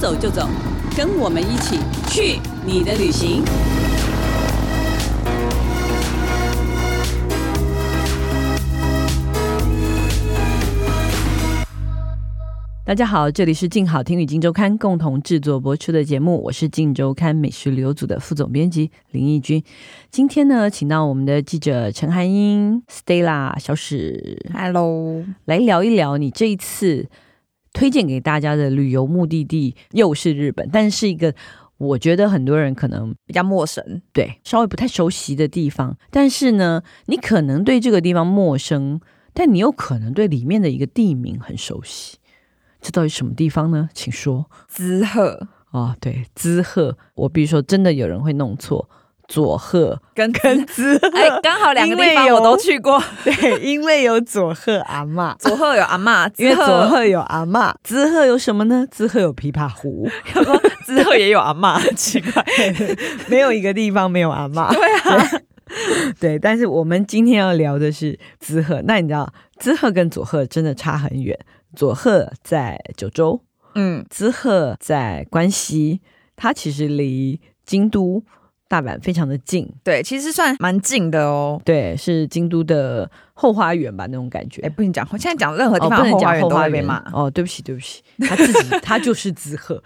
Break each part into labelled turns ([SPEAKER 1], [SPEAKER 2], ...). [SPEAKER 1] 走就走，跟我们一起去你的旅行。
[SPEAKER 2] 大家好，这里是静好听与静周刊共同制作播出的节目，我是静周刊美食旅游组的副总编辑林义君。今天呢，请到我们的记者陈涵英、Stella、小史
[SPEAKER 3] Hello，
[SPEAKER 2] 来聊一聊你这一次推荐给大家的旅游目的地，又是日本，但是一个我觉得很多人可能
[SPEAKER 3] 比较陌生，
[SPEAKER 2] 对稍微不太熟悉的地方，但是呢，你可能对这个地方陌生，但你又可能对里面的一个地名很熟悉。这到底什么地方呢？请说。
[SPEAKER 3] 滋贺
[SPEAKER 2] 哦，对，滋贺，我必须说，真的有人会弄错佐贺，
[SPEAKER 3] 跟跟 滋贺，哎，刚好两个地
[SPEAKER 2] 因为
[SPEAKER 3] 方
[SPEAKER 2] 有
[SPEAKER 3] 我都去 过。
[SPEAKER 2] 对，因为有佐贺阿嬷，
[SPEAKER 3] 佐贺有阿嬷，
[SPEAKER 2] 因为
[SPEAKER 3] 滋贺
[SPEAKER 2] 佐贺有阿嬷，滋贺有什么呢？滋贺有琵琶湖，
[SPEAKER 3] 滋贺也有阿嬷， 奇怪。
[SPEAKER 2] 没有一个地方没有阿 嬷。对啊。 对，但是我们今天要聊的是滋贺。那你知道，滋贺跟佐贺真的差很远。佐贺在九州，
[SPEAKER 3] 嗯，
[SPEAKER 2] 滋贺在关西，它其实离京都、大阪非常的近。
[SPEAKER 3] 对，其实算蛮近的哦。
[SPEAKER 2] 对，是京都的后花园吧，那种感觉。
[SPEAKER 3] 哎，不能讲，现在讲任何地
[SPEAKER 2] 哦，
[SPEAKER 3] 方
[SPEAKER 2] 不
[SPEAKER 3] 的
[SPEAKER 2] 能
[SPEAKER 3] 花
[SPEAKER 2] 讲
[SPEAKER 3] 园
[SPEAKER 2] 后
[SPEAKER 3] 都
[SPEAKER 2] 花
[SPEAKER 3] 会被
[SPEAKER 2] 园
[SPEAKER 3] 骂。
[SPEAKER 2] 哦，对不起，对不起，他自己他就是滋 贺，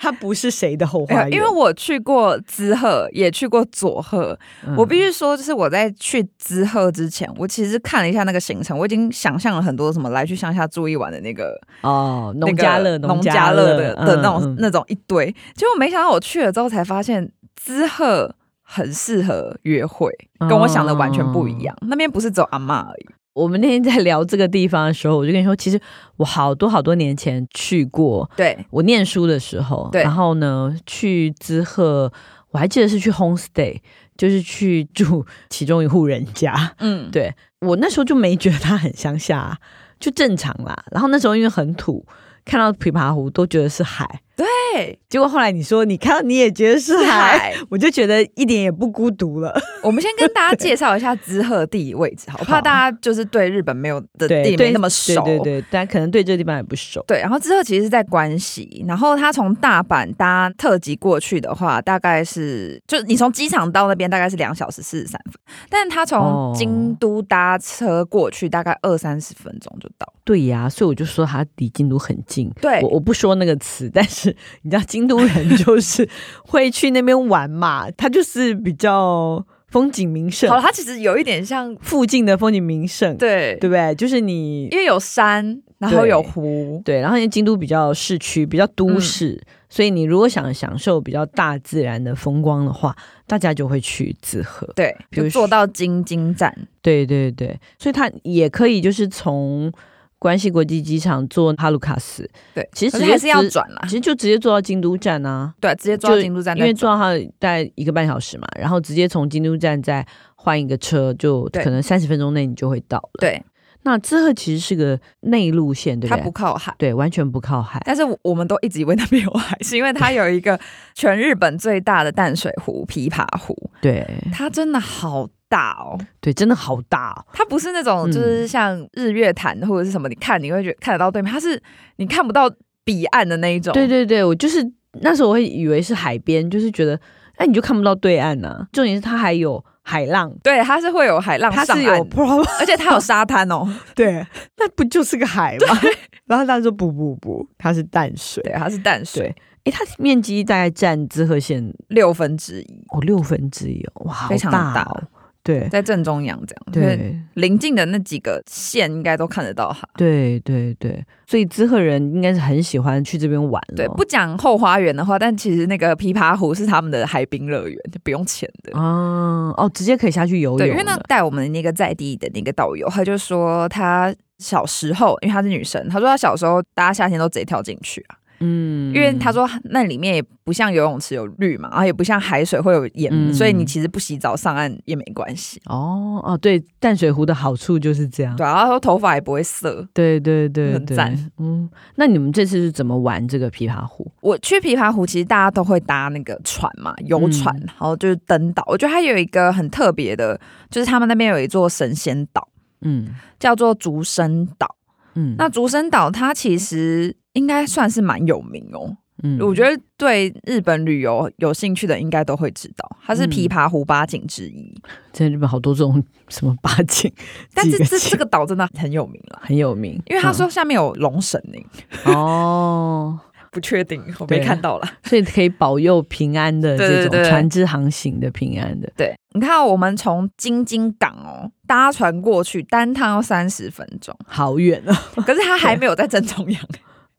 [SPEAKER 2] 他不是谁的后花
[SPEAKER 3] 哎
[SPEAKER 2] 园，
[SPEAKER 3] 因为我去过滋贺，也去过佐贺。
[SPEAKER 2] 嗯
[SPEAKER 3] 我必须说，就是我在去滋贺之前，我其实看了一下那个行程，我已经想象了很多什么来去乡下住一晚的那个
[SPEAKER 2] 哦，农
[SPEAKER 3] 那个
[SPEAKER 2] 家乐，
[SPEAKER 3] 农
[SPEAKER 2] 家
[SPEAKER 3] 乐的的那种、
[SPEAKER 2] 嗯嗯
[SPEAKER 3] 那种一堆。结果没想到我去了之后才发现，滋贺很适合约会，
[SPEAKER 2] 哦
[SPEAKER 3] 跟我想的完全不一样。那边不是只有阿嬷而已，
[SPEAKER 2] 嗯我们那天在聊这个地方的时候，我就跟你说，其实我好多好多年前去过，
[SPEAKER 3] 对
[SPEAKER 2] 我念书的时候，
[SPEAKER 3] 对
[SPEAKER 2] 然后呢去滋贺，我还记得是去 homestay，就是去住其中一户人家。
[SPEAKER 3] 嗯，
[SPEAKER 2] 对我那时候就没觉得它很乡下、啊，就正常啦。然后那时候因为很土，看到琵琶湖都觉得是海。
[SPEAKER 3] 对，
[SPEAKER 2] 结果后来你说你看到你也觉得是海，
[SPEAKER 3] 海。
[SPEAKER 2] 我就觉得一点也不孤独了。
[SPEAKER 3] 我们先跟大家介绍一下滋贺地理位置，好，我
[SPEAKER 2] 好
[SPEAKER 3] 怕大家就是对日本没有的
[SPEAKER 2] 对
[SPEAKER 3] 地理没那么熟。
[SPEAKER 2] 对对对，但可能对这地方也不熟。
[SPEAKER 3] 对，然后之后其实是在关西，然后他从大阪搭特急过去的话，大概是就你从机场到那边大概是两小时四十三分，但他
[SPEAKER 2] 哦
[SPEAKER 3] 从京都搭车过去大概二三十分钟就到。
[SPEAKER 2] 对呀、所以我就说它离京都很近。
[SPEAKER 3] 对
[SPEAKER 2] 我我不说那个词，但是你知道京都人 就是会去那边玩嘛，它就是比较风景名胜
[SPEAKER 3] 好，了，它其实有一点像
[SPEAKER 2] 附近的风景名胜，
[SPEAKER 3] 对
[SPEAKER 2] 对不对？就是你
[SPEAKER 3] 因为有山，然后
[SPEAKER 2] 对
[SPEAKER 3] 有湖，
[SPEAKER 2] 对，然后因为京都比较市区，比较都市，所以你如果想享受比较大自然的风光的话，大家就会去滋贺。
[SPEAKER 3] 对，
[SPEAKER 2] 比如
[SPEAKER 3] 就坐到京津站，
[SPEAKER 2] 对对对，所以它也可以就是从关西国际机场坐哈鲁卡斯，
[SPEAKER 3] 对，
[SPEAKER 2] 其实直
[SPEAKER 3] 可是
[SPEAKER 2] 接
[SPEAKER 3] 还是要
[SPEAKER 2] 直
[SPEAKER 3] 转啦
[SPEAKER 2] 其，实就直接坐到京都站啊，
[SPEAKER 3] 对，直接坐
[SPEAKER 2] 就
[SPEAKER 3] 到京都站
[SPEAKER 2] 因
[SPEAKER 3] 再
[SPEAKER 2] 为
[SPEAKER 3] 转。
[SPEAKER 2] 坐到它大概一个半小时嘛，然后直接从京都站再换一个车，就
[SPEAKER 3] 对
[SPEAKER 2] 可能三十分钟内你就会到了。，
[SPEAKER 3] 对，
[SPEAKER 2] 那滋贺其实是个内陆线，对
[SPEAKER 3] 它
[SPEAKER 2] 不对？
[SPEAKER 3] 不靠海。
[SPEAKER 2] 对，完全不靠海。
[SPEAKER 3] 但是我我们都一直以为那边有海，是因为它有一个全日本最大的淡水湖——琵琶湖，
[SPEAKER 2] 对
[SPEAKER 3] 它真的好大哦！
[SPEAKER 2] 对，真的好大、哦。
[SPEAKER 3] 它不是那种就是像日月潭或者是什么，你看你会觉得看得到对面，它是你看不到彼岸的那一种。
[SPEAKER 2] 对对对，我就是那时候我会以为是海边，就是觉得那你就看不到对岸呐、重点是它还有海浪，
[SPEAKER 3] 对，它是会有海浪
[SPEAKER 2] 它
[SPEAKER 3] 上
[SPEAKER 2] 是
[SPEAKER 3] 岸
[SPEAKER 2] 有，pro
[SPEAKER 3] 而且它有沙滩哦。
[SPEAKER 2] 对，那不就是个海吗？ 然后他说不不不，它是淡水。
[SPEAKER 3] 对，它是淡水
[SPEAKER 2] 对诶，它面积大概占滋贺县
[SPEAKER 3] 六分之一，
[SPEAKER 2] 哦六分之一哦，哇，好
[SPEAKER 3] 非常
[SPEAKER 2] 大
[SPEAKER 3] 大
[SPEAKER 2] 哦。对
[SPEAKER 3] 在正中央这样。所以
[SPEAKER 2] 对
[SPEAKER 3] 邻近的那几个县应该都看得到它。
[SPEAKER 2] 对对对，所以滋贺人应该是很喜欢去这边玩咯。
[SPEAKER 3] 对，不讲后花园的话，但其实那个琵琶湖是他们的海滨乐园，就不用钱的。
[SPEAKER 2] 啊哦，直接可以下去游泳了。
[SPEAKER 3] 对，因为那带我们那个在地的那个导游，他就说他小时候，因为她是女生，她说她小时候大家夏天都直接跳进去啊，
[SPEAKER 2] 嗯，
[SPEAKER 3] 因为她说那里面也不像游泳池有绿嘛，然后也不像海水会有盐，
[SPEAKER 2] 嗯
[SPEAKER 3] 所以你其实不洗澡上岸也没关系。
[SPEAKER 2] 哦哦，对，淡水湖的好处就是这样。
[SPEAKER 3] 对啊，然后头发也不会涩。
[SPEAKER 2] 对对对
[SPEAKER 3] 很
[SPEAKER 2] 对
[SPEAKER 3] 赞，
[SPEAKER 2] 嗯，那你们这次是怎么玩这个琵琶湖？
[SPEAKER 3] 我去琵琶湖，其实大家都会搭那个船嘛，游船，
[SPEAKER 2] 嗯
[SPEAKER 3] 然后就是登岛。我觉得它有一个很特别的，就是他们那边有一座神仙岛，
[SPEAKER 2] 嗯
[SPEAKER 3] 叫做竹生岛。
[SPEAKER 2] 嗯，
[SPEAKER 3] 那竹生岛它其实。应该算是蛮有名哦。
[SPEAKER 2] 嗯
[SPEAKER 3] 我觉得对日本旅游有兴趣的应该都会知道，它
[SPEAKER 2] 嗯
[SPEAKER 3] 是琵琶湖八景之一。
[SPEAKER 2] 在日本好多这种什么八景，
[SPEAKER 3] 但是
[SPEAKER 2] 几个
[SPEAKER 3] 这
[SPEAKER 2] 景
[SPEAKER 3] 这个岛真的很有名嗯啦，
[SPEAKER 2] 很有名，
[SPEAKER 3] 因为他说下面有龙神呢、
[SPEAKER 2] 嗯哦，
[SPEAKER 3] 不确定，我
[SPEAKER 2] 对
[SPEAKER 3] 没看到啦。
[SPEAKER 2] 所以可以保佑平安的
[SPEAKER 3] 对
[SPEAKER 2] 这
[SPEAKER 3] 对
[SPEAKER 2] 种
[SPEAKER 3] 对
[SPEAKER 2] 船只航行的平安的，
[SPEAKER 3] 对，你看我们从京津港哦搭船过去，单趟要三十分钟，
[SPEAKER 2] 好远啊！
[SPEAKER 3] 可是它还没有在正中央，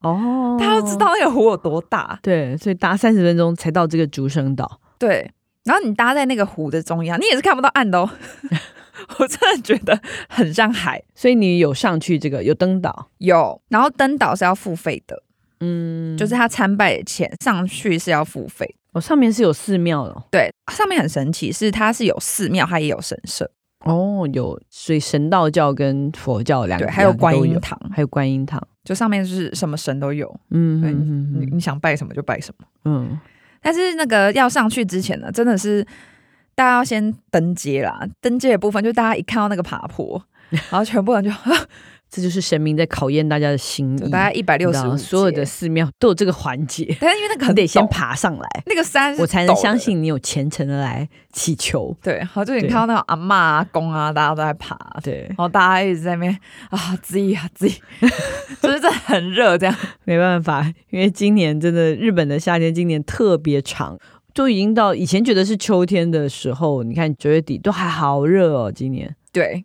[SPEAKER 2] 哦
[SPEAKER 3] 大家都知道那个湖有多大。
[SPEAKER 2] 对，所以搭三十分钟才到这个竹生岛，
[SPEAKER 3] 对，然后你搭在那个湖的中央，你也是看不到岸的哦。 我真的觉得很像海，
[SPEAKER 2] 所以你有上去这个有登岛，
[SPEAKER 3] 有，然后登岛是要付费的，
[SPEAKER 2] 嗯，
[SPEAKER 3] 就是它参拜的钱上去是要付费。
[SPEAKER 2] 哦，上面是有寺庙的
[SPEAKER 3] 对，上面很神奇，是它是有寺庙，它也有神社，
[SPEAKER 2] 哦，有，所以神道教跟佛教两
[SPEAKER 3] 对，
[SPEAKER 2] 个
[SPEAKER 3] 还有观音
[SPEAKER 2] 两个都
[SPEAKER 3] 堂，
[SPEAKER 2] 有还有观音堂，
[SPEAKER 3] 就上面就是什么神都有，
[SPEAKER 2] 嗯
[SPEAKER 3] 对
[SPEAKER 2] 嗯
[SPEAKER 3] 你
[SPEAKER 2] 嗯
[SPEAKER 3] 你想拜什么就拜什么。
[SPEAKER 2] 嗯，
[SPEAKER 3] 但是那个要上去之前呢，真的是大家要先登阶啦，登阶的部分就大家一看到那个爬 坡，然后全部人就
[SPEAKER 2] 这就是神明在考验大家的心
[SPEAKER 3] 就
[SPEAKER 2] 意，
[SPEAKER 3] 大概一百六
[SPEAKER 2] 你知
[SPEAKER 3] 十
[SPEAKER 2] 道
[SPEAKER 3] 五，
[SPEAKER 2] 所有的，寺庙都有这个环节，
[SPEAKER 3] 但是因为那个
[SPEAKER 2] 你
[SPEAKER 3] 很
[SPEAKER 2] 得先
[SPEAKER 3] 陡，
[SPEAKER 2] 爬上来，
[SPEAKER 3] 那个山是
[SPEAKER 2] 我才
[SPEAKER 3] 陡
[SPEAKER 2] 能
[SPEAKER 3] 的
[SPEAKER 2] 相。信你有虔诚的来祈求。
[SPEAKER 3] 对，然后就你
[SPEAKER 2] 对
[SPEAKER 3] 看到那种阿嬷阿公啊，大家都在爬，
[SPEAKER 2] 对
[SPEAKER 3] 然，后大家一直在那边啊，自己啊 自己，就是这很热这样。
[SPEAKER 2] 没办法，因为今年真的日本的夏天今年特别长，都已经到以前觉得是秋天的时候，你看九月底都还好热哦，今年。
[SPEAKER 3] 对，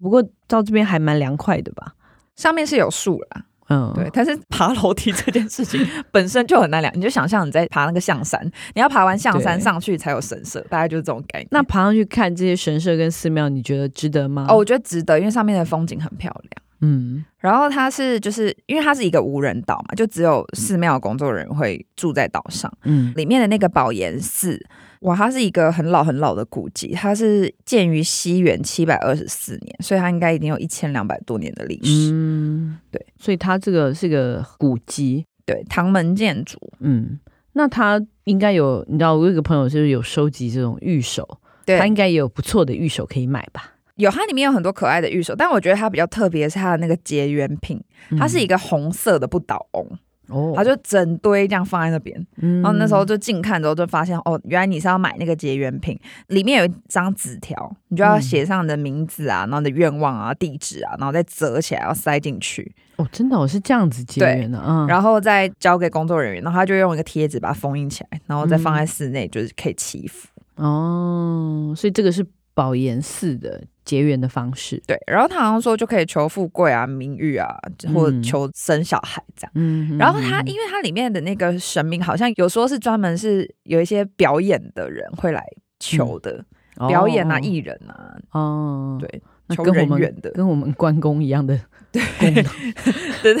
[SPEAKER 2] 不过到这边还蛮凉快的吧？
[SPEAKER 3] 上面是有树啦，
[SPEAKER 2] 嗯，
[SPEAKER 3] 对，，但是爬楼梯这件事情本身就很难量，你就想象你在爬那个象山，你要爬完象山
[SPEAKER 2] 对
[SPEAKER 3] 上去才有神社，大概就是这种概念。
[SPEAKER 2] 那爬上去看这些神社跟寺庙，你觉得值得吗？
[SPEAKER 3] 哦，，我觉得值得，因为上面的风景很漂亮。
[SPEAKER 2] 嗯，
[SPEAKER 3] 然后它是就是因为它是一个无人岛嘛，就只有寺庙工作人员会住在岛上。
[SPEAKER 2] 嗯，
[SPEAKER 3] 里面的那个宝岩寺，哇，它是一个很老很老的古迹，它是建于西元七百二十四年，所以它应该已经有一千两百多年的历史。
[SPEAKER 2] 嗯，
[SPEAKER 3] 对，
[SPEAKER 2] 所以它这个是个古迹，
[SPEAKER 3] 对，唐门建筑，
[SPEAKER 2] 嗯，那它应该有，你知道，我有一个朋友就是有收集这种玉手，
[SPEAKER 3] 对
[SPEAKER 2] 他，应该也有不错的玉手可以买吧？
[SPEAKER 3] 有它里面有很多可爱的玉手，但我觉得它比较特别是它的那个结缘品，它是一
[SPEAKER 2] 个
[SPEAKER 3] 个红色的不倒翁，
[SPEAKER 2] 嗯哦，
[SPEAKER 3] 它就整堆这样放在那边。
[SPEAKER 2] 嗯
[SPEAKER 3] 然后那时候就近看之后就发现，哦，原来你是要买那个结缘品，里面有一张纸条，你就要
[SPEAKER 2] 嗯
[SPEAKER 3] 写上你的名字啊，然后你的愿望啊、地址啊，然后再折起来要塞进去，
[SPEAKER 2] 哦，真的、哦，我是这样子结缘的啊。后
[SPEAKER 3] 然后再交给工作人员，然后他就用一个贴纸把它封印起来，然后再放在室内，就是可以祈福。
[SPEAKER 2] 哦，所以这个是保研寺的结缘的方式。
[SPEAKER 3] 对，然后他好像说就可以求富贵啊、名誉啊，或者求生小孩这样。
[SPEAKER 2] 嗯
[SPEAKER 3] 然后它，因为它里面的那个神明好像有说是专门是有一些表演的人会来求的，
[SPEAKER 2] 嗯
[SPEAKER 3] 表演啊、
[SPEAKER 2] 哦
[SPEAKER 3] 艺人啊，
[SPEAKER 2] 哦，
[SPEAKER 3] 对，
[SPEAKER 2] 那
[SPEAKER 3] 求
[SPEAKER 2] 跟我
[SPEAKER 3] 人
[SPEAKER 2] 们
[SPEAKER 3] 缘的。
[SPEAKER 2] 跟我们关公一样的功能，
[SPEAKER 3] 对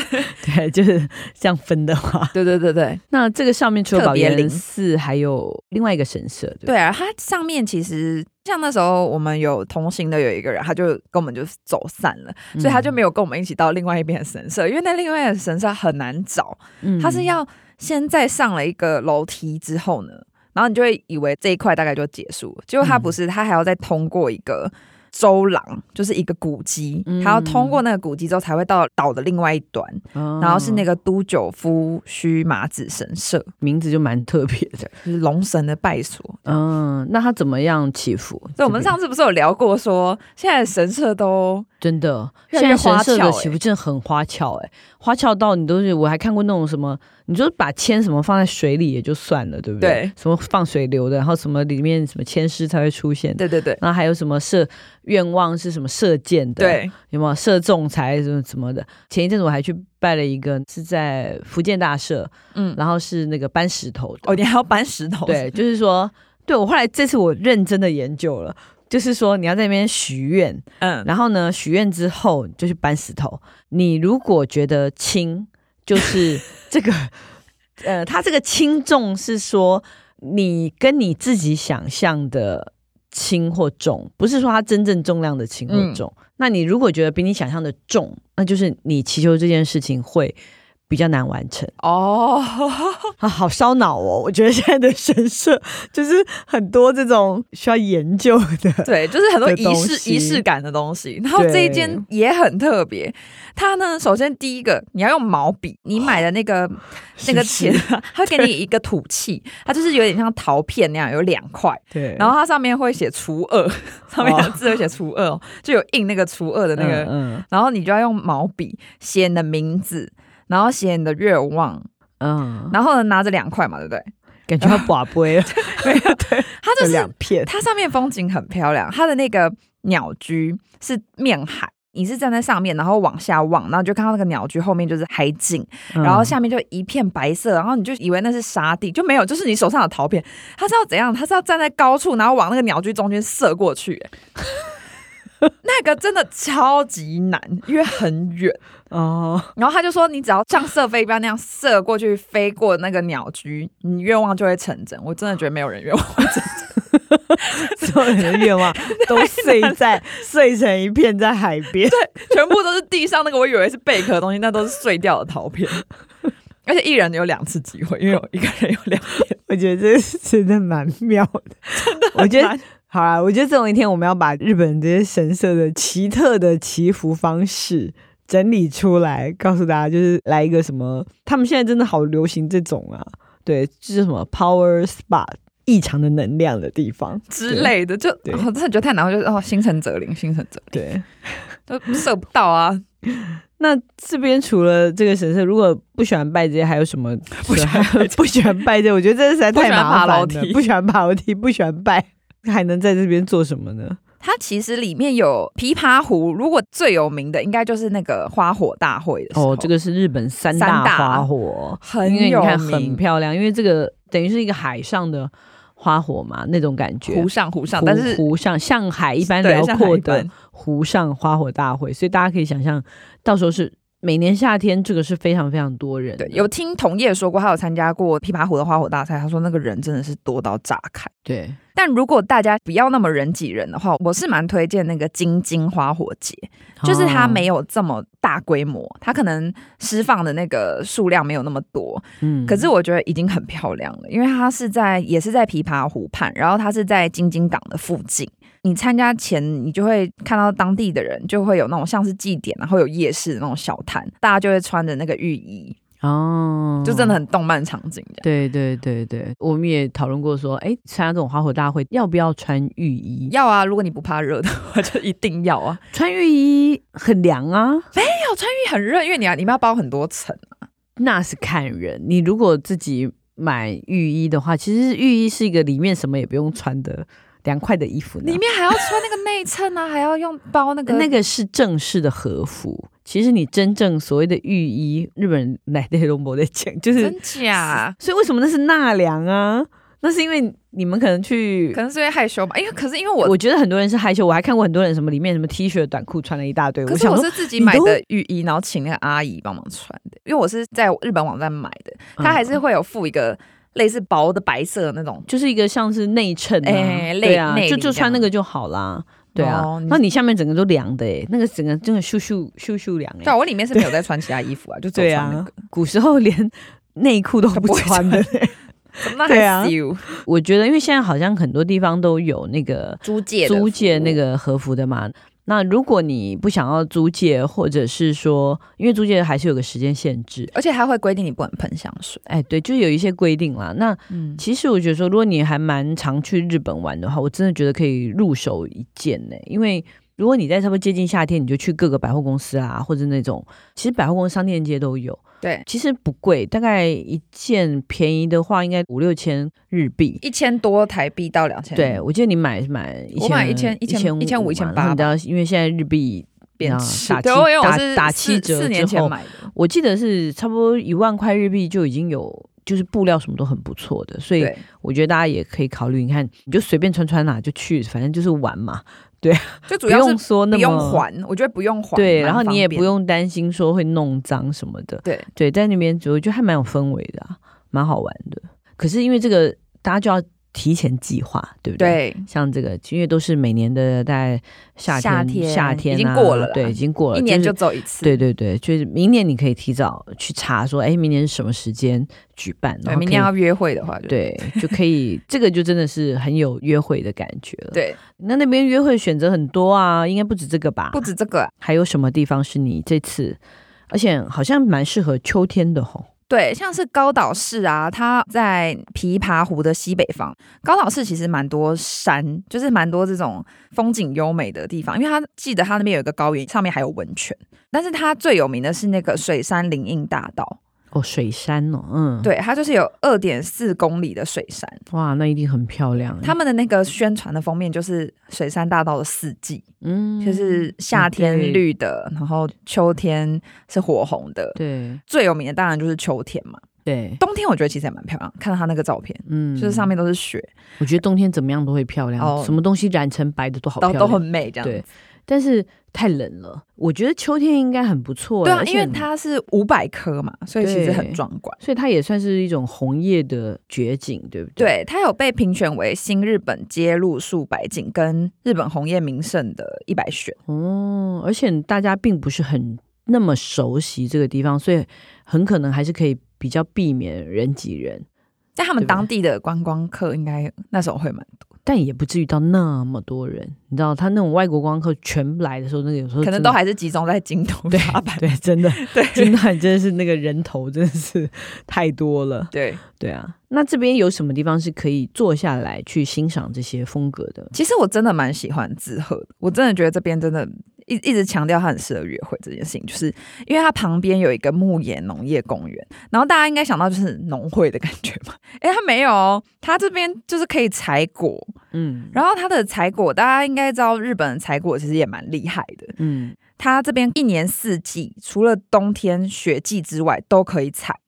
[SPEAKER 2] 对，就是这样分的话，
[SPEAKER 3] 对对对对
[SPEAKER 2] 那这个上面除了
[SPEAKER 3] 特
[SPEAKER 2] 保
[SPEAKER 3] 别
[SPEAKER 2] 研
[SPEAKER 3] 灵
[SPEAKER 2] 寺，还有另外一个神社，对不对
[SPEAKER 3] 对啊！它上面其实像那时候我们有同行的有一个人，他就跟我们就走散了，所以他就
[SPEAKER 2] 嗯
[SPEAKER 3] 没有跟我们一起到另外一边的神社，因为那另外的神社很难找，
[SPEAKER 2] 嗯
[SPEAKER 3] 他是要先再上了一个楼梯之后呢，然后你就会以为这一块大概就结束，结果他
[SPEAKER 2] 嗯
[SPEAKER 3] 不是，他还要再通过一个。周廊就是一个古迹
[SPEAKER 2] 嗯，
[SPEAKER 3] 他要通过那个古迹之后才会到岛的另外一端，
[SPEAKER 2] 哦
[SPEAKER 3] 然后是那
[SPEAKER 2] 个
[SPEAKER 3] 个都九夫须马子神社，
[SPEAKER 2] 名字就蛮特别的，
[SPEAKER 3] 就是龙神的拜所。
[SPEAKER 2] 嗯，那他怎么样祈福？
[SPEAKER 3] 所以我们
[SPEAKER 2] 这边
[SPEAKER 3] 上次不是有聊过说，现在的神社都
[SPEAKER 2] 真的，
[SPEAKER 3] 越
[SPEAKER 2] 现
[SPEAKER 3] 来
[SPEAKER 2] 在
[SPEAKER 3] 越
[SPEAKER 2] 神社
[SPEAKER 3] 花
[SPEAKER 2] 的
[SPEAKER 3] 俏欸
[SPEAKER 2] 祈福真的很花俏哎、花俏到你都是我还看过那种什么，你就把铅什么放在水里也就算了，对不对？
[SPEAKER 3] 对
[SPEAKER 2] 什么放水流的，然后什么里面什么铅师才会出现的，
[SPEAKER 3] 对对对
[SPEAKER 2] 然后还有什么射愿望是什么射箭的，，
[SPEAKER 3] 对
[SPEAKER 2] 有没有射中才什么什么的？前一阵子我还去拜了一个是在福建大社，
[SPEAKER 3] 嗯，
[SPEAKER 2] 然后是那个搬石头的，
[SPEAKER 3] 哦，你还要搬石头？
[SPEAKER 2] 对，就是说，对我后来这次我认真的研究了，就是说你要在那边许愿。
[SPEAKER 3] 嗯，
[SPEAKER 2] 然后呢，许愿之后你就去搬石头。你如果觉得轻，就是这个，呃，它这个轻重是说你跟你自己想象的轻或重，不是说它真正重量的轻或重。那你如果觉得比你想象的重，那就是你祈求这件事情会。比较难完成
[SPEAKER 3] 哦，
[SPEAKER 2] 啊，好烧脑哦！我觉得现在的神社就是很多这种需要研究的，
[SPEAKER 3] 对，就是很多
[SPEAKER 2] 的
[SPEAKER 3] 仪
[SPEAKER 2] 东
[SPEAKER 3] 式
[SPEAKER 2] 西
[SPEAKER 3] 仪式感的东西。然后这一间也很特别，它呢，首先第一个你要用毛笔，你买的 那个、那个
[SPEAKER 2] 是
[SPEAKER 3] 钱啊
[SPEAKER 2] 不是，
[SPEAKER 3] 它会给你一个土器，它就是有点像陶片那样，有两块。
[SPEAKER 2] 对，
[SPEAKER 3] 然后它上面会写除二， 上面的字会写除二、哦，就有印那个除二的那个。
[SPEAKER 2] 嗯
[SPEAKER 3] 然后你就要用毛笔写你的名字，然后写你的愿望，
[SPEAKER 2] 嗯，嗯
[SPEAKER 3] 然后呢拿着两块嘛，对不对？
[SPEAKER 2] 感觉要寡杯 了，
[SPEAKER 3] 它就
[SPEAKER 2] 有
[SPEAKER 3] 是
[SPEAKER 2] 两片，
[SPEAKER 3] 它上面风景很漂亮，它的那个鸟居是面海。你是站在上面，然后往下望，然后你就看到那个鸟居后面就是海景，然后
[SPEAKER 2] 嗯
[SPEAKER 3] 下面就一片白色，然后你就以为那是沙地，就没有，就是你手上的陶片。它是要怎样？它是要站在高处，然后往那个鸟居中间射过去、欸那个真的超级难，因为很远。
[SPEAKER 2] 哦，
[SPEAKER 3] 然后他就说，你只要像射飞镖那样射过去，飞过那个鸟居，你愿望就会成真。我真的觉得没有人愿望会成真。
[SPEAKER 2] 所有人的愿 望都碎在碎成一片在海边，
[SPEAKER 3] 全部都是地上那个，我以为是贝壳的东西，那都是碎掉的陶 片。而且一人有两次机会，因为有一个人有两片，
[SPEAKER 2] 我觉 得这是真的蛮妙的，我觉得
[SPEAKER 3] 蛮。
[SPEAKER 2] 好啦，我觉得总有一天我们要把日本这些神社的奇特的祈福方式整理出来，告诉大家，就是来一个什么，他们现在真的好流行这种啊，对，这是什么 power spot 异常的能量的地方
[SPEAKER 3] 之，类的，就
[SPEAKER 2] 对
[SPEAKER 3] 我、真的觉得太难，我就哦，心诚则灵，心诚则
[SPEAKER 2] 对。对
[SPEAKER 3] 灵，就射不到啊，
[SPEAKER 2] 那这边除了这个神社，如果不喜欢拜这些，还有什么
[SPEAKER 3] 不喜欢拜这些
[SPEAKER 2] 不喜欢拜这些？我觉得这实在太麻烦了。
[SPEAKER 3] 不喜欢爬楼梯
[SPEAKER 2] 不喜欢爬楼梯，不喜欢拜，还能在这边做什么呢？
[SPEAKER 3] 它其实里面有琵琶湖，如果最有名的应该就是那个花火大会的时候。
[SPEAKER 2] 哦，这个是日本三
[SPEAKER 3] 三大
[SPEAKER 2] 花火，
[SPEAKER 3] 很
[SPEAKER 2] 因为你
[SPEAKER 3] 有
[SPEAKER 2] 看很
[SPEAKER 3] 名，
[SPEAKER 2] 漂亮，因为这个等于是一个海上的花火嘛，那种感觉。
[SPEAKER 3] 湖上湖上，但是
[SPEAKER 2] 湖上像海一般
[SPEAKER 3] 对
[SPEAKER 2] 辽
[SPEAKER 3] 像海
[SPEAKER 2] 阔
[SPEAKER 3] 一
[SPEAKER 2] 的
[SPEAKER 3] 般
[SPEAKER 2] 湖上花火大会，所以大家可以想象，到时候是每年夏天，这个是非常非常多人的。
[SPEAKER 3] 对，有听同业说过，他有参加过琵琶湖的花火大赛，他说那个人真的是多到炸开。
[SPEAKER 2] 对
[SPEAKER 3] 但如果大家不要那么人挤人的话，我是蛮推荐那个金金花火节，就是它
[SPEAKER 2] 哦
[SPEAKER 3] 没有这么大规模，它可能释放的那个数量没有那么多，
[SPEAKER 2] 嗯
[SPEAKER 3] 可是我觉得已经很漂亮了，因为它是在也是在琵琶湖畔，然后它是在金金港的附近。你参加前，你就会看到当地的人就会有那种像是祭典，然后有夜市的那种小摊，大家就会穿着那个浴衣，
[SPEAKER 2] 哦，
[SPEAKER 3] 就真的很动漫场景这样。
[SPEAKER 2] 对对对对，我们也讨论过说，哎，参加这种花火大会要不要穿浴衣？
[SPEAKER 3] 要啊，如果你不怕热的话，就一定要啊。
[SPEAKER 2] 穿浴衣很凉啊，
[SPEAKER 3] 要穿浴衣很热，因为你啊，你们要包很多层。
[SPEAKER 2] 那是看人。你如果自己买浴衣的话，其实浴衣是一个里面什么也不用穿的凉快的衣服呢
[SPEAKER 3] 里。面还要穿那个内衬啊，还要用包那个
[SPEAKER 2] 那个是正式的和服，其实你真正所谓的浴衣，日本人来的龙博在讲，就是，
[SPEAKER 3] 真假？
[SPEAKER 2] 所以为什么那是纳凉啊？那是因为你们可能去
[SPEAKER 3] 可能是因为害羞吧，因为可是因为我，
[SPEAKER 2] 我觉得很多人是害羞，我还看过很多人什么里面什么 T 恤、短裤穿了一大堆。
[SPEAKER 3] 可是
[SPEAKER 2] 想
[SPEAKER 3] 我
[SPEAKER 2] 说，
[SPEAKER 3] 是自己
[SPEAKER 2] 你
[SPEAKER 3] 买
[SPEAKER 2] 都
[SPEAKER 3] 的浴衣，然后请那个阿姨帮忙穿的，因为我是在日本网站买的，
[SPEAKER 2] 嗯
[SPEAKER 3] 它还是会有附一个类似薄的白色的那种。
[SPEAKER 2] 就是一个像是内衬、啊，
[SPEAKER 3] 哎
[SPEAKER 2] 对啊
[SPEAKER 3] 内，内
[SPEAKER 2] 就
[SPEAKER 3] 里
[SPEAKER 2] 就
[SPEAKER 3] 这
[SPEAKER 2] 穿那
[SPEAKER 3] 样
[SPEAKER 2] 个就好啦。对啊，
[SPEAKER 3] 哦你
[SPEAKER 2] 那你下面整个都凉的哎、那个整个真的咻咻咻咻凉哎、
[SPEAKER 3] 对啊，我里面是没有在穿其他衣服啊，就只有
[SPEAKER 2] 对
[SPEAKER 3] 穿那
[SPEAKER 2] 啊
[SPEAKER 3] 个，，
[SPEAKER 2] 古时候连内裤 都不
[SPEAKER 3] 不会
[SPEAKER 2] 穿的。
[SPEAKER 3] 那
[SPEAKER 2] 对啊
[SPEAKER 3] 还羞
[SPEAKER 2] 我觉得，因为现在好像很多地方都有那个
[SPEAKER 3] 租借的
[SPEAKER 2] 租借那
[SPEAKER 3] 服务
[SPEAKER 2] 个和服的嘛。那如果你不想要租借，或者是说，因为租借还是有个时间限制，
[SPEAKER 3] 而且还会规定你不能喷香水。
[SPEAKER 2] 哎，对，就有一些规定啦。那
[SPEAKER 3] 嗯，
[SPEAKER 2] 其实我觉得说，如果你还蛮常去日本玩的话，我真的觉得可以入手一件呢、因为如果你在差不多接近夏天，你就去各个百货公司啊，或者那种其实百货公司商店街都有，
[SPEAKER 3] 对，
[SPEAKER 2] 其实不贵，大概一件便宜的话应
[SPEAKER 3] 嗯
[SPEAKER 2] 该五六千日币。
[SPEAKER 3] 一千多台币到两千，
[SPEAKER 2] 对，，我记得你买是买一千，
[SPEAKER 3] 我买一千
[SPEAKER 2] 一
[SPEAKER 3] 一千
[SPEAKER 2] 千
[SPEAKER 3] 一千五一千八
[SPEAKER 2] 然后你知道，因为现在日币
[SPEAKER 3] 变
[SPEAKER 2] 啊
[SPEAKER 3] 质
[SPEAKER 2] 打。
[SPEAKER 3] 对，
[SPEAKER 2] 七
[SPEAKER 3] 因为我
[SPEAKER 2] 打
[SPEAKER 3] 是
[SPEAKER 2] 打
[SPEAKER 3] 四
[SPEAKER 2] 七折
[SPEAKER 3] 四年
[SPEAKER 2] 之后
[SPEAKER 3] 前买的。
[SPEAKER 2] 我记得是差不多一万块日币就已经有，就是布料什么都很不错的，所以
[SPEAKER 3] 对，
[SPEAKER 2] 我觉得大家也可以考虑，你看，你就随便穿穿啦、就去，反正就是玩嘛，
[SPEAKER 3] 就主
[SPEAKER 2] 不
[SPEAKER 3] 要是
[SPEAKER 2] 用说那么
[SPEAKER 3] 不用。还，我觉得不用还。
[SPEAKER 2] 对，
[SPEAKER 3] 蛮
[SPEAKER 2] 然后你也
[SPEAKER 3] 方便
[SPEAKER 2] 不用担心说会弄脏什么的。
[SPEAKER 3] 对
[SPEAKER 2] 对，在那边我觉得还蛮有氛围的、啊，蛮好玩的。可是因为这个，大家就要提前计划，对不对？
[SPEAKER 3] 对，
[SPEAKER 2] 像这个，因为都是每年的大概夏天，
[SPEAKER 3] 夏天
[SPEAKER 2] 天啊
[SPEAKER 3] 已经过了啦
[SPEAKER 2] 对，已经过了，
[SPEAKER 3] 一年
[SPEAKER 2] 是
[SPEAKER 3] 就走一次，
[SPEAKER 2] 对对对，就是明年你可以提早去查说，哎，明年是什么时间举办，然
[SPEAKER 3] 对，
[SPEAKER 2] 后
[SPEAKER 3] 明天
[SPEAKER 2] 可以
[SPEAKER 3] 要约会的话就，
[SPEAKER 2] 对就可以，这个就真的是很有约会的感觉了。，
[SPEAKER 3] 对，
[SPEAKER 2] 那那边约会选择很多啊，应该不止这个吧？
[SPEAKER 3] 不止这个啊、
[SPEAKER 2] 还有什么地方是你这次，而且好像蛮适合秋天的吼。
[SPEAKER 3] 对，像是高岛市啊，它在琵琶湖的西北方。高岛市其实蛮多山，就是蛮多这种风景优美的地方，因为它记得它那边有一个高原，上面还有温泉。但是它最有名的是那个水山林荫大道，
[SPEAKER 2] 哦，水山哦，嗯，，
[SPEAKER 3] 对，它就是有二点四公里的水山。
[SPEAKER 2] 哇，那一定很漂亮。欸
[SPEAKER 3] 他们的那个宣传的封面就是水山大道的四季，
[SPEAKER 2] 嗯
[SPEAKER 3] 就是夏天
[SPEAKER 2] 对
[SPEAKER 3] 绿的，然后秋天是火红的。
[SPEAKER 2] 对
[SPEAKER 3] 最有名的当然就是秋天嘛，
[SPEAKER 2] 对，
[SPEAKER 3] 冬天我觉得其实也蛮漂亮，看到它那个照片，
[SPEAKER 2] 嗯
[SPEAKER 3] 就是上面都是雪。
[SPEAKER 2] 我觉得冬天怎么样都会漂亮，
[SPEAKER 3] 哦
[SPEAKER 2] 什么东西染成白的都好漂
[SPEAKER 3] 都
[SPEAKER 2] 亮，
[SPEAKER 3] 都很美这样
[SPEAKER 2] 对
[SPEAKER 3] 子。，
[SPEAKER 2] 但是太冷了，我觉得秋天应该很不错、
[SPEAKER 3] 对
[SPEAKER 2] 而
[SPEAKER 3] 啊，
[SPEAKER 2] 且
[SPEAKER 3] 因为它是五百棵嘛，所以其实很壮观。
[SPEAKER 2] 所以它也算是一种红叶的绝景，对不对？
[SPEAKER 3] 对，它有被评选为新日本街路数百景跟日本红叶名胜的一百选。
[SPEAKER 2] 对，哦，而且大家并不是很那么熟悉这个地方，所以很可能还是可以比较避免人挤人，
[SPEAKER 3] 但他们当地的观光客应该那时候会蛮，
[SPEAKER 2] 但也不至于到那么多人。你知道，他那种外国观光客全来的时候，那个有时候
[SPEAKER 3] 可
[SPEAKER 2] 真
[SPEAKER 3] 能
[SPEAKER 2] 的
[SPEAKER 3] 都还是集中在京都
[SPEAKER 2] 对
[SPEAKER 3] 大 阪。
[SPEAKER 2] 对，真的
[SPEAKER 3] 对
[SPEAKER 2] 金蛋真的是那个人头真的是 太多了。
[SPEAKER 3] 对，
[SPEAKER 2] 对啊，那这边有什么地方是可以坐下来去欣赏这些风格的？
[SPEAKER 3] 其实我真的蛮喜欢志贺的，我真的觉得这边真的一一直强调它很适合约会这件事情，就是因为它旁边有一个牧野农业公园，然后大家应该想到就是农会的感觉嘛。 哎，它没有哦，它这边就是可以采果，
[SPEAKER 2] 嗯
[SPEAKER 3] 然后它的采果，大家应该知道，日本的采果其实也蛮厉害的。
[SPEAKER 2] 嗯，
[SPEAKER 3] 它这边一年四季，除了冬天雪季之外，都可以采。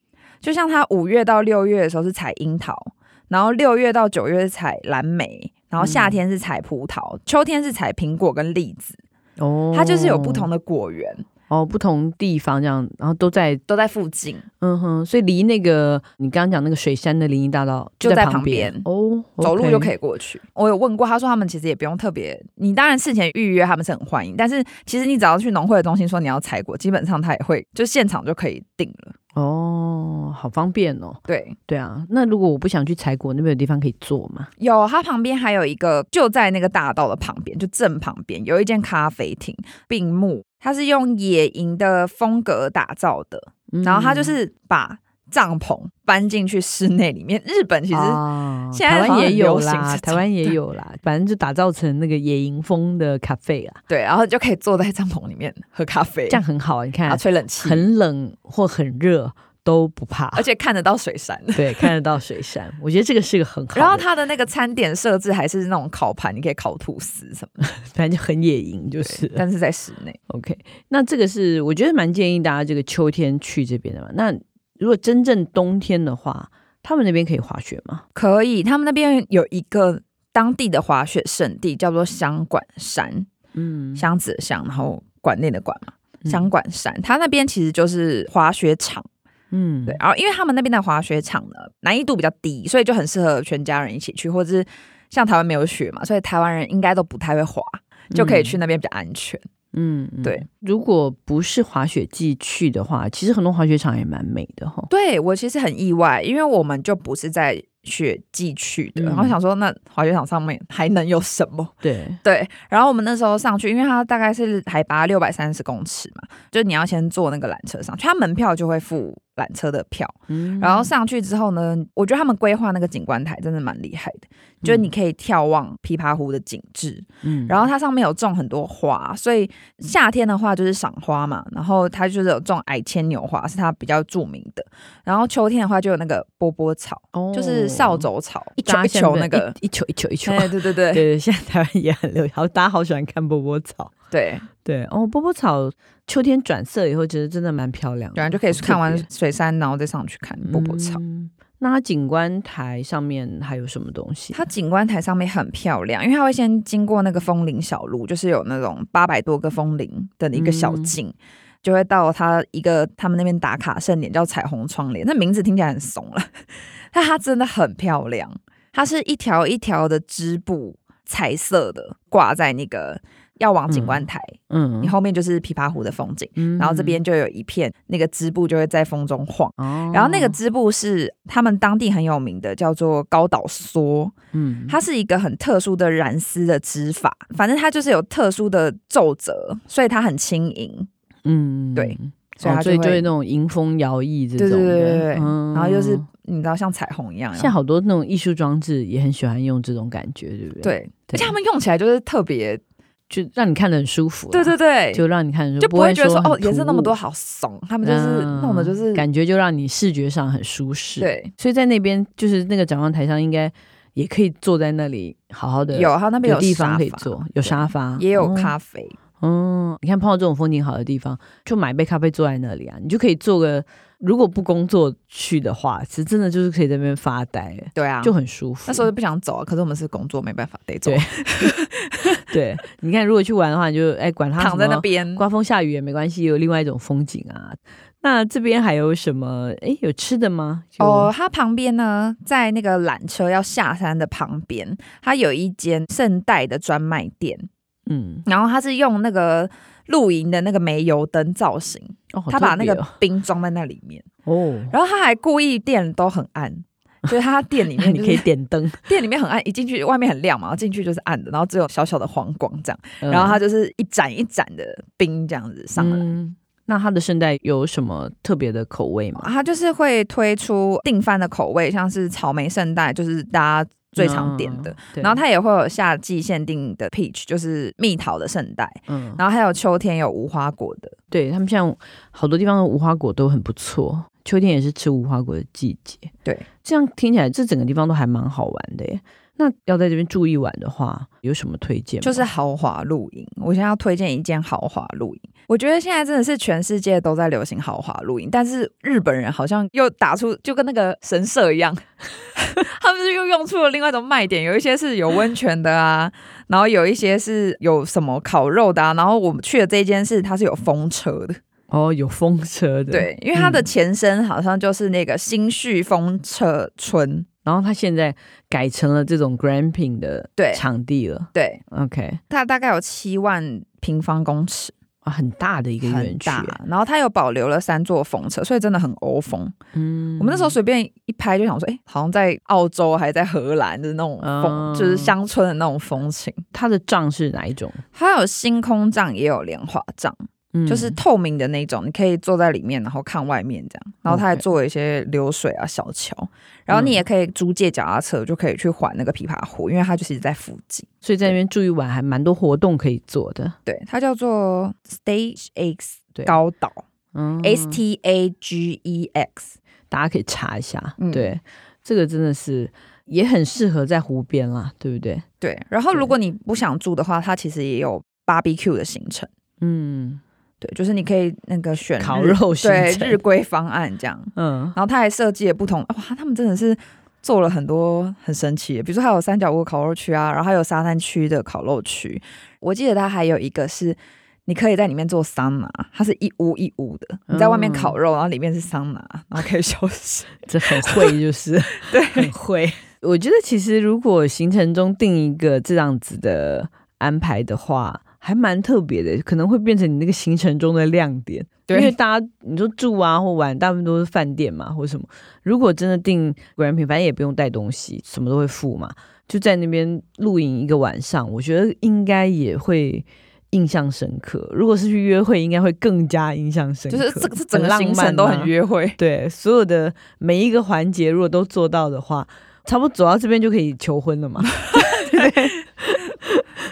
[SPEAKER 3] 就像它五月到六月的时候是采樱桃，然后六月到九月是采蓝莓，然后夏天是采葡萄，秋天是采苹果跟栗子。
[SPEAKER 2] 哦
[SPEAKER 3] 它就是有不同的果园
[SPEAKER 2] 哦，不同地方这样，然后都在
[SPEAKER 3] 都在附近，
[SPEAKER 2] 嗯哼，所以离那个你刚刚讲那个水山的林荫大道
[SPEAKER 3] 就
[SPEAKER 2] 在
[SPEAKER 3] 在旁
[SPEAKER 2] 边
[SPEAKER 3] 边
[SPEAKER 2] 哦，
[SPEAKER 3] 走路就可
[SPEAKER 2] 以。
[SPEAKER 3] 以过去。我有问过，他说他们其实也不用特别，你当然事前预约他们是很欢迎，但是其实你只要去农会的中心说你要采果，基本上他也会就现场就可以定了。
[SPEAKER 2] 哦，好方便哦。
[SPEAKER 3] 对，
[SPEAKER 2] 对啊，那如果我不想去采果，那边有地方可以坐嘛？
[SPEAKER 3] 有它旁边还有一个，就在那个大道的旁边，就正旁边有一间咖啡厅，并木，它是用野营的风格打造的，
[SPEAKER 2] 嗯
[SPEAKER 3] 然后它就是把帐篷搬进去室内里面。日本其实、
[SPEAKER 2] 啊
[SPEAKER 3] 现在
[SPEAKER 2] 台
[SPEAKER 3] 好
[SPEAKER 2] 湾
[SPEAKER 3] 像
[SPEAKER 2] 也
[SPEAKER 3] 很
[SPEAKER 2] 有
[SPEAKER 3] 流行
[SPEAKER 2] 啦，
[SPEAKER 3] 这
[SPEAKER 2] 台
[SPEAKER 3] 种
[SPEAKER 2] 湾也
[SPEAKER 3] 对
[SPEAKER 2] 有啦，反正就打造成那个野营风的咖啡啦，
[SPEAKER 3] 对，然后就可以坐在帐篷里面喝咖啡，
[SPEAKER 2] 这样很好啊。你
[SPEAKER 3] 然
[SPEAKER 2] 看
[SPEAKER 3] 后，吹冷气，
[SPEAKER 2] 很冷或很热都不怕，
[SPEAKER 3] 而且看得到水山。
[SPEAKER 2] 对看得到水山，我觉得这个是个很 好的，
[SPEAKER 3] 然后它的那个餐点设置还是那种烤盘，你可以烤吐司什么的，
[SPEAKER 2] 反正就很野营，就是了
[SPEAKER 3] 但是在室内。
[SPEAKER 2] OK。那这个是我觉得蛮建议大家这个秋天去这边的嘛。那如果真正冬天的话，他们那边可以滑雪吗？
[SPEAKER 3] 可以，他们那边有一个当地的滑雪圣地，叫做香管山，
[SPEAKER 2] 嗯
[SPEAKER 3] 箱子的箱，然后馆内的馆嘛。
[SPEAKER 2] 嗯
[SPEAKER 3] 香管山，它那边其实就是滑雪场，
[SPEAKER 2] 嗯
[SPEAKER 3] 对。然后因为他们那边的滑雪场呢，难易度比较低，所以就很适合全家人一起去，或者是像台湾没有雪嘛，所以台湾人应该都不太会滑，就可以去那边比较安全。
[SPEAKER 2] 嗯，嗯
[SPEAKER 3] 对。
[SPEAKER 2] 如果不是滑雪季去的话，其实很多滑雪场也蛮美的哈。
[SPEAKER 3] 对我其实很意外，因为我们就不是在雪季去的，
[SPEAKER 2] 嗯
[SPEAKER 3] 然后想说那滑雪场上面还能有什么？
[SPEAKER 2] 对，
[SPEAKER 3] 对，然后我们那时候上去，因为它大概是海拔六百三十公尺嘛，就你要先坐那个缆车上去，它门票就会付缆车的票，
[SPEAKER 2] 嗯
[SPEAKER 3] 然后上去之后呢，我觉得他们规划那个景观台真的蛮厉害的，就是你可以眺望琵琶湖的景致，
[SPEAKER 2] 嗯
[SPEAKER 3] 然后它上面有种很多花，所以夏天的话就是赏花嘛，然后它就是有种矮牵牛花，是它比较著名的。然后秋天的话就有那个波波草，
[SPEAKER 2] 后
[SPEAKER 3] 就是扫帚草，一球一
[SPEAKER 2] 现在
[SPEAKER 3] 球
[SPEAKER 2] 不
[SPEAKER 3] 那个，
[SPEAKER 2] 哦一一球一球一球。
[SPEAKER 3] 哎，对对对
[SPEAKER 2] 对
[SPEAKER 3] 对
[SPEAKER 2] 对，现在台湾也很流行，好，大家好喜欢看波波草。对哦，波波草秋天转色以后，觉得真的蛮漂亮的，
[SPEAKER 3] 啊然后就可以
[SPEAKER 2] 好特
[SPEAKER 3] 看完
[SPEAKER 2] 别
[SPEAKER 3] 水山，然后再上去看波波草。
[SPEAKER 2] 嗯那它景观台上面还有什么东西？
[SPEAKER 3] 它景观台上面很漂亮，因为它会先经过那个风铃小路，就是有那种八百多个风铃的一个小
[SPEAKER 2] 嗯
[SPEAKER 3] 径，就会到它一个他们那边 打卡盛典叫彩虹窗帘，那名字听起来很怂了，但它真的很漂亮。它是一条一条的织布，彩色的挂在那个要往景观台，
[SPEAKER 2] 嗯
[SPEAKER 3] 你后面就是琵琶湖的风景，
[SPEAKER 2] 嗯
[SPEAKER 3] 然后这边就有一片那个织布就会在风中晃。
[SPEAKER 2] 哦，
[SPEAKER 3] 然后那个织布是他们当地很有名的，叫做高岛梭，
[SPEAKER 2] 嗯，
[SPEAKER 3] 它是一个很特殊的染丝的织法，反正它就是有特殊的皱褶，所以它很轻盈，
[SPEAKER 2] 嗯
[SPEAKER 3] 对，
[SPEAKER 2] 所
[SPEAKER 3] 所
[SPEAKER 2] 以
[SPEAKER 3] 以它
[SPEAKER 2] 所
[SPEAKER 3] 就
[SPEAKER 2] 以
[SPEAKER 3] 会、
[SPEAKER 2] 就会那种迎风摇曳这
[SPEAKER 3] 对
[SPEAKER 2] 种
[SPEAKER 3] 对
[SPEAKER 2] 的，
[SPEAKER 3] 对对对，
[SPEAKER 2] 嗯
[SPEAKER 3] 然后又是哎你知道像彩虹一样，
[SPEAKER 2] 现在好多那种艺术装置也很喜欢用这种感觉，对不对？，
[SPEAKER 3] 对，而
[SPEAKER 2] 对
[SPEAKER 3] 且他们用起来就是特别，
[SPEAKER 2] 就让你看得很舒服啦，
[SPEAKER 3] 对对对，
[SPEAKER 2] 就让你看得
[SPEAKER 3] 就不
[SPEAKER 2] 不
[SPEAKER 3] 会觉得说
[SPEAKER 2] 说
[SPEAKER 3] 哦
[SPEAKER 2] 很
[SPEAKER 3] 颜色那
[SPEAKER 2] 突
[SPEAKER 3] 么
[SPEAKER 2] 兀
[SPEAKER 3] 多好怂，他们就是
[SPEAKER 2] 嗯
[SPEAKER 3] 弄的就是
[SPEAKER 2] 感觉就让你视觉上很舒适。，
[SPEAKER 3] 对。
[SPEAKER 2] 所以在那边就是那个展望台上，应该也可以坐在那里好好的，
[SPEAKER 3] 有，他那边
[SPEAKER 2] 有地方
[SPEAKER 3] 沙
[SPEAKER 2] 可以
[SPEAKER 3] 发
[SPEAKER 2] 坐，有沙发，
[SPEAKER 3] 也有
[SPEAKER 2] 哦。
[SPEAKER 3] 咖啡，
[SPEAKER 2] 嗯，你看碰到这种风景好的地方，就买杯咖啡坐在那里啊，你就可以做个。如果不工作去的话，其实真的就是可以在那边发呆，
[SPEAKER 3] 对啊，
[SPEAKER 2] 就很舒服。
[SPEAKER 3] 那时候就不想走啊，可是我们是工作，没办法得走，
[SPEAKER 2] 对 对，你看，如果去玩的话， 你就哎管他
[SPEAKER 3] 躺在
[SPEAKER 2] 什么
[SPEAKER 3] 那边。
[SPEAKER 2] 刮风下雨也没关系，有另外一种风景啊。那这边还有什么？哎，有吃的吗？就
[SPEAKER 3] 哦，，它旁边呢，在那个缆车要下山的旁边，它有一间圣代的专卖店，
[SPEAKER 2] 嗯，
[SPEAKER 3] 然后它是用那个露营的那个煤油灯造型，
[SPEAKER 2] 哦，好
[SPEAKER 3] 它把
[SPEAKER 2] 特
[SPEAKER 3] 那
[SPEAKER 2] 别
[SPEAKER 3] 个
[SPEAKER 2] 哦
[SPEAKER 3] 冰装在那里面，
[SPEAKER 2] 哦，
[SPEAKER 3] 然后它还故意店都很暗，就是它 店里面、
[SPEAKER 2] 你可以点灯，
[SPEAKER 3] 店里面很暗，一进去外面很亮嘛，然后进去就是暗的，然后只有小小的黄光这样，
[SPEAKER 2] 嗯
[SPEAKER 3] 然后它就是一盏一盏的冰这样子上来。
[SPEAKER 2] 嗯那它的圣代有什么特别的口味吗？
[SPEAKER 3] 它就是会推出定番的口味，像是草莓圣代，就是大家最常点的。
[SPEAKER 2] 对
[SPEAKER 3] 然后它也会有夏季限定的 peach，就是蜜桃的圣代。
[SPEAKER 2] 嗯，
[SPEAKER 3] 然后还有秋天有无花果的，
[SPEAKER 2] 对他们像好多地方的无花果都很不错，秋天也是吃无花果的季节。
[SPEAKER 3] 对，
[SPEAKER 2] 这样听起来这整个地方都还蛮好玩的耶。那要在这边住一晚的话，有什么推荐吗？
[SPEAKER 3] 就是豪华露营。我现在要推荐一间豪华露营，我觉得现在真的是全世界都在流行豪华露营，但是日本人好像又打出就跟那个神社一样， 他们是又用出了另外一种卖点，有一些是有温泉的啊， 然后有一些是有什么烤肉的啊，然后我们去的这间是它是有风车的，
[SPEAKER 2] 哦，有风车的，，
[SPEAKER 3] 对，因为它的
[SPEAKER 2] 嗯
[SPEAKER 3] 前身好像就是那个新绪风车村，
[SPEAKER 2] 然后它现在改成了这种 glamping 的
[SPEAKER 3] 对
[SPEAKER 2] 场地了。
[SPEAKER 3] 对，
[SPEAKER 2] OK，
[SPEAKER 3] 它大概有七万平方公尺。
[SPEAKER 2] 啊，很大的一个
[SPEAKER 3] 很
[SPEAKER 2] 园区，欸
[SPEAKER 3] 大，然后它有保留了三座风车，所以真的很欧风。
[SPEAKER 2] 嗯，
[SPEAKER 3] 我们那时候随便一拍就想说，哎、好像在澳洲还是在荷兰的那种风，
[SPEAKER 2] 嗯
[SPEAKER 3] 就是乡村的那种风情。
[SPEAKER 2] 它的帐是哪一种？
[SPEAKER 3] 它有星空帐，也有莲花帐，
[SPEAKER 2] 嗯
[SPEAKER 3] 就是透明的那种，你可以坐在里面，然后看外面这样。然后它还
[SPEAKER 2] OK 嗯
[SPEAKER 3] 做了一些流水啊、小桥，然后你也可以租借脚踏车，就可以去环那个琵琶湖，因为它就是在附近。
[SPEAKER 2] 所以在那边住一晚还蛮多活动可以做的。
[SPEAKER 3] 对，它叫做 Stage X
[SPEAKER 2] 对
[SPEAKER 3] 高岛
[SPEAKER 2] 嗯
[SPEAKER 3] S T A G E X。
[SPEAKER 2] 大家可以查一下。
[SPEAKER 3] 嗯
[SPEAKER 2] 对，这个真的是也很适合在湖边啦，对不对？
[SPEAKER 3] 对，然后
[SPEAKER 2] 对
[SPEAKER 3] 如果你不想住的话，它其实也有 barbecue 的行程，
[SPEAKER 2] 嗯，
[SPEAKER 3] 对，就是你可以那个选
[SPEAKER 2] 烤
[SPEAKER 3] 日
[SPEAKER 2] 肉行
[SPEAKER 3] 对
[SPEAKER 2] 程
[SPEAKER 3] 日规方案这样。
[SPEAKER 2] 嗯，
[SPEAKER 3] 然后它还设计了不同，哇，他们真的是做了很多很神奇的，比如说还有三角屋烤肉区啊，然后还有沙滩区的烤肉区。我记得它还有一个是。你可以在里面做桑拿，它是一屋一屋的。你在外
[SPEAKER 2] 嗯
[SPEAKER 3] 面烤肉，然后里面是桑拿，然后可以休息。
[SPEAKER 2] 这很会，就是
[SPEAKER 3] 对
[SPEAKER 2] 很会。我觉得其实如果行程中定一个这样子的安排的话，还蛮特别的，可能会变成你那个行程中的亮点。
[SPEAKER 3] 对
[SPEAKER 2] 因为大家你说住啊或玩，大部分都是饭店嘛或什么。如果真的订果然品，反正也不用带东西，什么都会付嘛，就在那边露营一个晚上，我觉得应该也会。印象深刻，如果是去约会，应该会更加印象深刻。
[SPEAKER 3] 就是这个这整个
[SPEAKER 2] 浪
[SPEAKER 3] 行
[SPEAKER 2] 漫
[SPEAKER 3] 程都
[SPEAKER 2] 吗
[SPEAKER 3] 很约会。
[SPEAKER 2] 对，所有的每一个环节如果都做到的话，差不多走到这边就可以求婚 了嘛，对不对？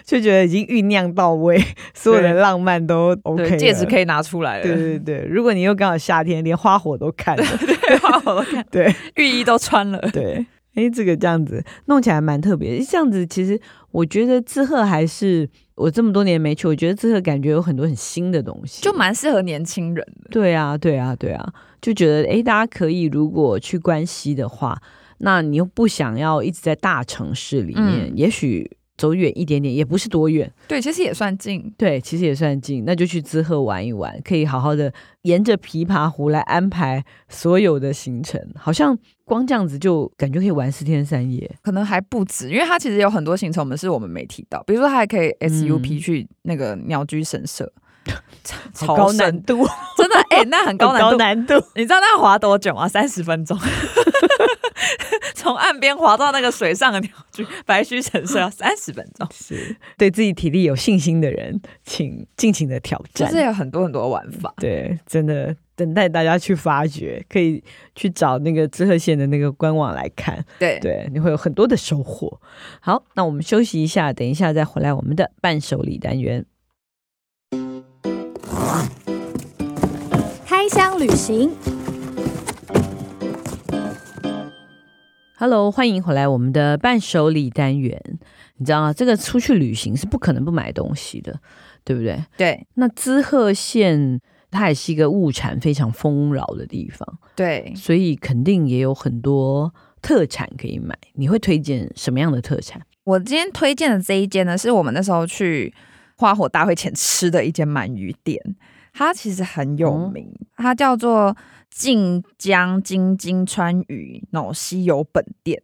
[SPEAKER 2] 就觉得已经酝酿到 位，所有的浪漫都 OK，
[SPEAKER 3] 对，戒指
[SPEAKER 2] 以。
[SPEAKER 3] 可以拿出来了。
[SPEAKER 2] 对对对，如果你又刚好夏天，连花火都看了，
[SPEAKER 3] 对，花我都看，
[SPEAKER 2] 对
[SPEAKER 3] 浴衣都穿了。
[SPEAKER 2] 对。哎，这个这样子弄起来蛮特别的。这样子其实我觉得志贺还是我这么多年没去，我觉得志贺感觉有很多很新的东西，
[SPEAKER 3] 就蛮适合年轻人的。
[SPEAKER 2] 对啊，对啊，对啊，就觉得诶，大家可以如果去关西的话，那你又不想要一直在大城市里面，
[SPEAKER 3] 嗯
[SPEAKER 2] 也许。走远一点点，也不是多远，
[SPEAKER 3] 对，其实也算近。
[SPEAKER 2] 对，其实也算近，那就去滋贺玩一玩，可以好好的沿着琵琶湖来安排所有的行程，好像光这样子就感觉可以玩四天三夜。
[SPEAKER 3] 可能还不止，因为它其实有很多行程我们是我们没提到，比如说它还可以 SUP
[SPEAKER 2] 嗯
[SPEAKER 3] 去那个鸟居神社，
[SPEAKER 2] 好
[SPEAKER 3] 超
[SPEAKER 2] 高
[SPEAKER 3] 神
[SPEAKER 2] 难度，
[SPEAKER 3] 真的哎、那很高难度。
[SPEAKER 2] 难度，
[SPEAKER 3] 你知道那滑多久吗？三十分钟， 从岸边滑到那个水上的鸟居白须神社要三十分 钟，
[SPEAKER 2] 是对自己体力有信心的人，请尽情的挑
[SPEAKER 3] 就
[SPEAKER 2] 战。
[SPEAKER 3] 是有很多很多玩 法。
[SPEAKER 2] 对，真的等待大家去发掘，可以去找那个滋贺县的那个官网来看，
[SPEAKER 3] 对，
[SPEAKER 2] 嗯对，你会有很多的收获。好，那我们休息一下，等一下再回来我们的伴手礼单元。
[SPEAKER 4] 开箱旅行，
[SPEAKER 2] Hello，欢迎回来我们的伴手礼单元。你知道啊，这个出去旅行是不可能不买东西的，对不对？
[SPEAKER 3] 对
[SPEAKER 2] 那滋贺县它也是一个物产非常丰饶的地方，
[SPEAKER 3] 对，
[SPEAKER 2] 所以肯定也有很多特产可以买。你会推荐什么样的特 产？
[SPEAKER 3] 我今天推荐的这一间呢，是我们那时候去花火大会前吃的一间鳗鱼店，它其实很有
[SPEAKER 2] 哦
[SPEAKER 3] 名，它叫做晋江金金川鱼脑西游本店。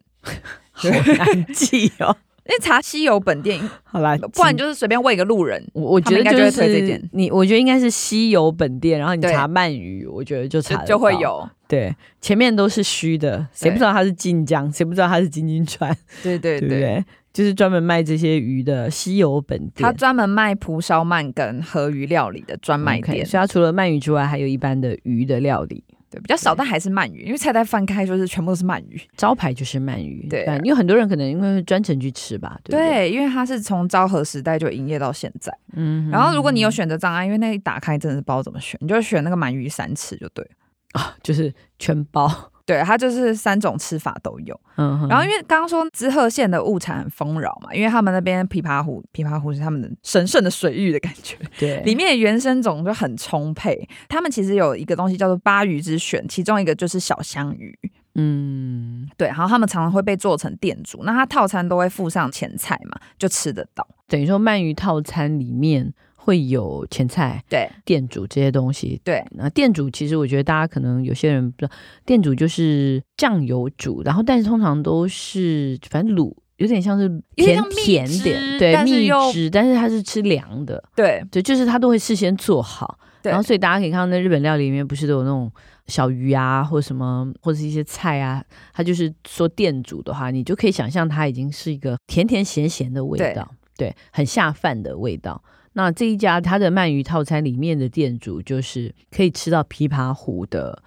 [SPEAKER 2] 好难记 哦。
[SPEAKER 3] 因为查西游本 店，
[SPEAKER 2] 好啦，
[SPEAKER 3] 不然
[SPEAKER 2] 请
[SPEAKER 3] 就是随便问一个路人，
[SPEAKER 2] 我我
[SPEAKER 3] 他
[SPEAKER 2] 觉
[SPEAKER 3] 们
[SPEAKER 2] 得
[SPEAKER 3] 应该就会
[SPEAKER 2] 就
[SPEAKER 3] 推这
[SPEAKER 2] 是
[SPEAKER 3] 件
[SPEAKER 2] 你，我觉得应该是西游本店，然后你
[SPEAKER 3] 对
[SPEAKER 2] 查鳗鱼，我觉得就
[SPEAKER 3] 就
[SPEAKER 2] 查得
[SPEAKER 3] 就会
[SPEAKER 2] 到。
[SPEAKER 3] 有。
[SPEAKER 2] 对，前面都是虚的，谁
[SPEAKER 3] 对
[SPEAKER 2] 不知道它是晋江，谁不知道它是金金川，
[SPEAKER 3] 对对
[SPEAKER 2] 对不对？就是专门卖这些鱼的西游本
[SPEAKER 3] 他
[SPEAKER 2] 店。
[SPEAKER 3] 专门卖蒲烧鳗跟河鱼料理的专卖
[SPEAKER 2] OK，
[SPEAKER 3] 店
[SPEAKER 2] 所以它除了鳗鱼之外，还有一般的鱼的料理。
[SPEAKER 3] 对，比较少，但还是鳗鱼，因为菜单翻开就是全部都是鳗鱼。
[SPEAKER 2] 招牌就是鳗鱼，
[SPEAKER 3] 对
[SPEAKER 2] 吧因为很多人可能因为专程去吃吧，对不对？
[SPEAKER 3] 对，因为它是从昭和时代就营业到现在。
[SPEAKER 2] 嗯
[SPEAKER 3] 然后如果你有
[SPEAKER 2] 哼
[SPEAKER 3] 选择障碍，因为那一打开真的是不知道怎么选，你就选那个鳗鱼三吃就对了。
[SPEAKER 2] 啊，就是全 包，
[SPEAKER 3] 对，它就是三种吃法都有。
[SPEAKER 2] 嗯哼，
[SPEAKER 3] 然后因为刚刚说滋贺县的物产很丰饶嘛，因为他们那边琵琶湖，琵琶湖是他们的神圣的水域的感觉，
[SPEAKER 2] 对
[SPEAKER 3] 里面的原生种就很充沛。他们其实有一个东西叫做八鱼之选，其中一个就是小香鱼。
[SPEAKER 2] 嗯，
[SPEAKER 3] 对，然后他们常常会被做成店主，那它套餐都会附上前菜嘛，就吃得到。
[SPEAKER 2] 等于说鳗鱼套餐里面会有前菜、
[SPEAKER 3] 对
[SPEAKER 2] 店主这些东西。
[SPEAKER 3] 对
[SPEAKER 2] 那店主其实我觉得大家可能有些人不知道，店主就是酱油煮，然后但是通常都是反正卤。有点像是
[SPEAKER 3] 有点
[SPEAKER 2] 甜
[SPEAKER 3] 像蜜
[SPEAKER 2] 甜
[SPEAKER 3] 汁
[SPEAKER 2] 点，对
[SPEAKER 3] 但是
[SPEAKER 2] 蜜
[SPEAKER 3] 又
[SPEAKER 2] 汁，但是它是吃凉的，
[SPEAKER 3] 对
[SPEAKER 2] 对，就是它都会事先做好，
[SPEAKER 3] 对
[SPEAKER 2] 然后所以大家可以看到，那日本料理里面不是都有那种小鱼啊，或什么，或者是一些菜啊，它就是说店主的话，你就可以想象它已经是一个甜甜咸咸的味道，对，很下饭的味道。那这一家它的鳗鱼套餐里面的店主，就是可以吃到琵琶湖的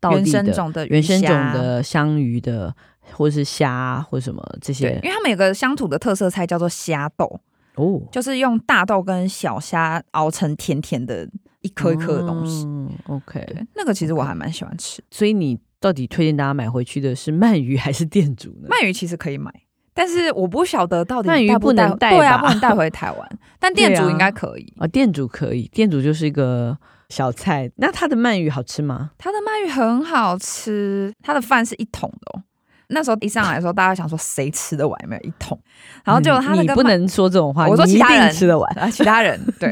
[SPEAKER 2] 道
[SPEAKER 3] 原
[SPEAKER 2] 地
[SPEAKER 3] 生
[SPEAKER 2] 的
[SPEAKER 3] 种的
[SPEAKER 2] 原生
[SPEAKER 3] 鱼
[SPEAKER 2] 种
[SPEAKER 3] 虾。
[SPEAKER 2] 的香鱼的，或是虾或什么这
[SPEAKER 3] 对
[SPEAKER 2] 些，
[SPEAKER 3] 因为他们有个乡土的特色菜叫做虾豆，
[SPEAKER 2] 哦，
[SPEAKER 3] 就是用大豆跟小虾熬成甜甜的一颗一颗的东西。
[SPEAKER 2] 嗯，OK，
[SPEAKER 3] 对，那个其实我还蛮喜欢吃。
[SPEAKER 2] 所以你到底推荐大家买回去的是鳗鱼还是店主呢？
[SPEAKER 3] 鳗鱼其实可以买，但是我不晓得到底
[SPEAKER 2] 鳗鱼
[SPEAKER 3] 带
[SPEAKER 2] 不能
[SPEAKER 3] 带，
[SPEAKER 2] 带
[SPEAKER 3] 对啊，
[SPEAKER 2] 吧
[SPEAKER 3] 不能带回台湾。但店
[SPEAKER 2] 对
[SPEAKER 3] 主
[SPEAKER 2] 啊
[SPEAKER 3] 应该可以。
[SPEAKER 2] 哦，店主可以，店主就是一个小菜。那它的鳗鱼好吃吗？
[SPEAKER 3] 它的鳗鱼很好吃，它的饭是一桶的、哦。那时候一上来的时候，大家想说谁吃得完没有一桶，然后结果他
[SPEAKER 2] 嗯
[SPEAKER 3] 那
[SPEAKER 2] 你
[SPEAKER 3] 个
[SPEAKER 2] 不
[SPEAKER 3] 鳗
[SPEAKER 2] 能说这种话，
[SPEAKER 3] 我说
[SPEAKER 2] 你
[SPEAKER 3] 其
[SPEAKER 2] 一
[SPEAKER 3] 他
[SPEAKER 2] 定
[SPEAKER 3] 人
[SPEAKER 2] 吃得完。
[SPEAKER 3] 啊，其他 人对。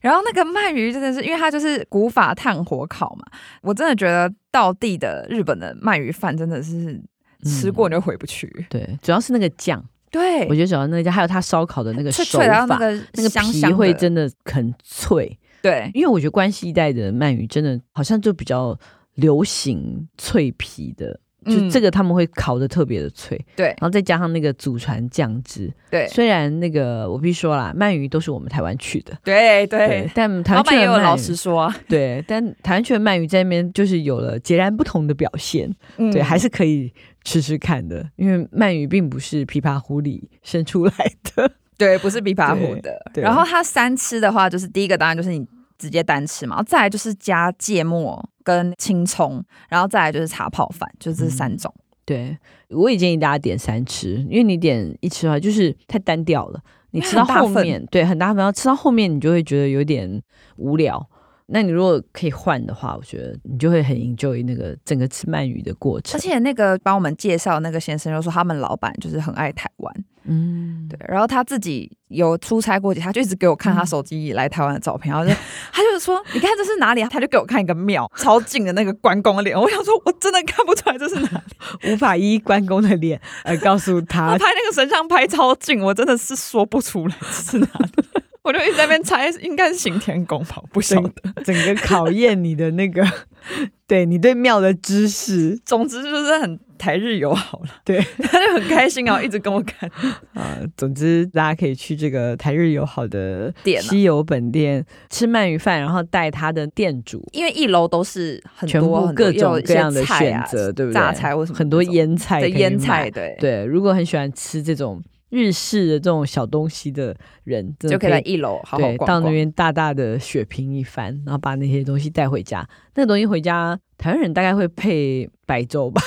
[SPEAKER 3] 然后那个鳗鱼真的是，因为它就是古法炭火烤嘛，我真的觉得道地的日本的鳗鱼饭真的是吃过你就回不去。
[SPEAKER 2] 对，主要是那个酱，
[SPEAKER 3] 嗯对
[SPEAKER 2] 我，觉得主要那个酱，还有它烧烤的那个
[SPEAKER 3] 脆
[SPEAKER 2] 手
[SPEAKER 3] 脆的，然后那
[SPEAKER 2] 法，
[SPEAKER 3] 个
[SPEAKER 2] 那个
[SPEAKER 3] 香
[SPEAKER 2] 皮
[SPEAKER 3] 香的
[SPEAKER 2] 会真的很脆。
[SPEAKER 3] 对
[SPEAKER 2] 因为我觉得关西一带的鳗鱼真的好像就比较流行脆皮的，就
[SPEAKER 3] 嗯
[SPEAKER 2] 这个他们会烤的特别的脆，
[SPEAKER 3] 对
[SPEAKER 2] 然后再加上那个祖传酱汁。
[SPEAKER 3] 对
[SPEAKER 2] 虽然那个我必须说啦，鳗鱼都是我们台湾去的，
[SPEAKER 3] 对
[SPEAKER 2] 对
[SPEAKER 3] 对，，
[SPEAKER 2] 但台
[SPEAKER 3] 老
[SPEAKER 2] 湾去
[SPEAKER 3] 板
[SPEAKER 2] 的
[SPEAKER 3] 也有
[SPEAKER 2] 鳗
[SPEAKER 3] 老
[SPEAKER 2] 鱼
[SPEAKER 3] 实说啊，
[SPEAKER 2] 对，但台湾圈鳗鱼在那边就是有了截然不同的表现，
[SPEAKER 3] 嗯
[SPEAKER 2] 对，还是可以吃吃看的，因为鳗鱼并不是琵琶湖里生出来 的。
[SPEAKER 3] 对，不是琵琶湖
[SPEAKER 2] 对
[SPEAKER 3] 的。
[SPEAKER 2] 对
[SPEAKER 3] 然后它三吃的话，就是第一个当然就是你直接单吃嘛，然后再来就是加芥末跟青葱，然后再来就是茶泡饭，就是这三种。
[SPEAKER 2] 对，我也建议大家点三吃，因为你点一吃的话就是太单调了，你
[SPEAKER 3] 因为
[SPEAKER 2] 吃到
[SPEAKER 3] 很大
[SPEAKER 2] 后
[SPEAKER 3] 份
[SPEAKER 2] 面，对，很大份，然后吃到后面你就会觉得有点无聊。那你如果可以换的话，我觉得你就会很 enjoy 那个整个吃鳗鱼的过程
[SPEAKER 3] 而。且那个帮我们介绍那个先生就说，他们老板就是很爱台湾，
[SPEAKER 2] 嗯，
[SPEAKER 3] 对，然后他自己有出差过几，他就一直给我看他手机来台湾的照片，然后就他就是说，你看这是哪里啊？他就给我看一个庙，超近的那个关公脸，我想说，我真的看不出来这是哪里，
[SPEAKER 2] 无法依关公的 脸而告诉
[SPEAKER 3] 他
[SPEAKER 2] 他，
[SPEAKER 3] 拍那个神像拍超近，我真的是说不出来这是哪里。 我就一直在那边猜，应该是行天宫吧，我不晓得。
[SPEAKER 2] 整个考验你的那个， 对你对庙的知识
[SPEAKER 3] 总之就是很台日友好了，
[SPEAKER 2] 对，
[SPEAKER 3] 他就很开心啊，一直跟我看。
[SPEAKER 2] 啊、总之大家可以去这个台日友好的
[SPEAKER 3] 店啊
[SPEAKER 2] 西游本店吃鳗鱼饭，然后带他的店主。
[SPEAKER 3] 因为一楼都是很
[SPEAKER 2] 全
[SPEAKER 3] 多
[SPEAKER 2] 部
[SPEAKER 3] 很多
[SPEAKER 2] 各种各样的
[SPEAKER 3] 有一些菜
[SPEAKER 2] 选
[SPEAKER 3] 啊
[SPEAKER 2] 择，对不对？
[SPEAKER 3] 榨菜或什么
[SPEAKER 2] 很多
[SPEAKER 3] 那种
[SPEAKER 2] 腌菜可
[SPEAKER 3] 对
[SPEAKER 2] 以
[SPEAKER 3] 腌菜，
[SPEAKER 2] 买
[SPEAKER 3] 对，
[SPEAKER 2] 对，如果很喜欢吃这种日式的这种小东西的人，真的
[SPEAKER 3] 就可以来
[SPEAKER 2] 以
[SPEAKER 3] 一楼好好
[SPEAKER 2] 对
[SPEAKER 3] 逛逛。
[SPEAKER 2] 到那边大大的血拼一番，然后把那些东西带回家。那个东西回家，台湾人大概会配白粥 吧？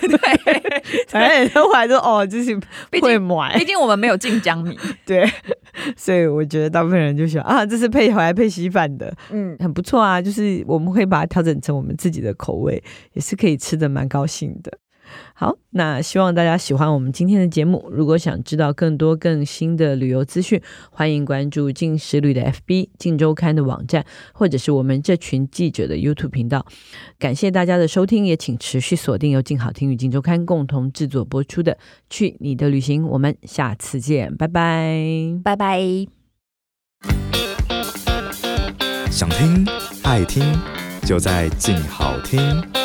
[SPEAKER 2] 对，台湾人都还说哦，就是
[SPEAKER 3] 毕
[SPEAKER 2] 会
[SPEAKER 3] 竟
[SPEAKER 2] 买
[SPEAKER 3] 毕，竟我们没有晋江 米，
[SPEAKER 2] 对，所以我觉得大部分人就喜欢啊，这是配回来配稀饭的，
[SPEAKER 3] 嗯，
[SPEAKER 2] 很不错啊。就是我们会把它调整成我们自己的口味，也是可以吃的蛮高兴的。好，那希望大家喜欢我们今天的节目。如果想知道更多更新的旅游资讯，欢迎关注静时旅的 FB、静周刊的网站，或者是我们这群记者的 YouTube 频道。感谢大家的收听，也请持续锁定由静好听与静周刊共同制作播出的《去你的旅行》，我们下次见，拜拜。
[SPEAKER 3] 嗯拜拜。
[SPEAKER 4] 想听爱听，就在静好听。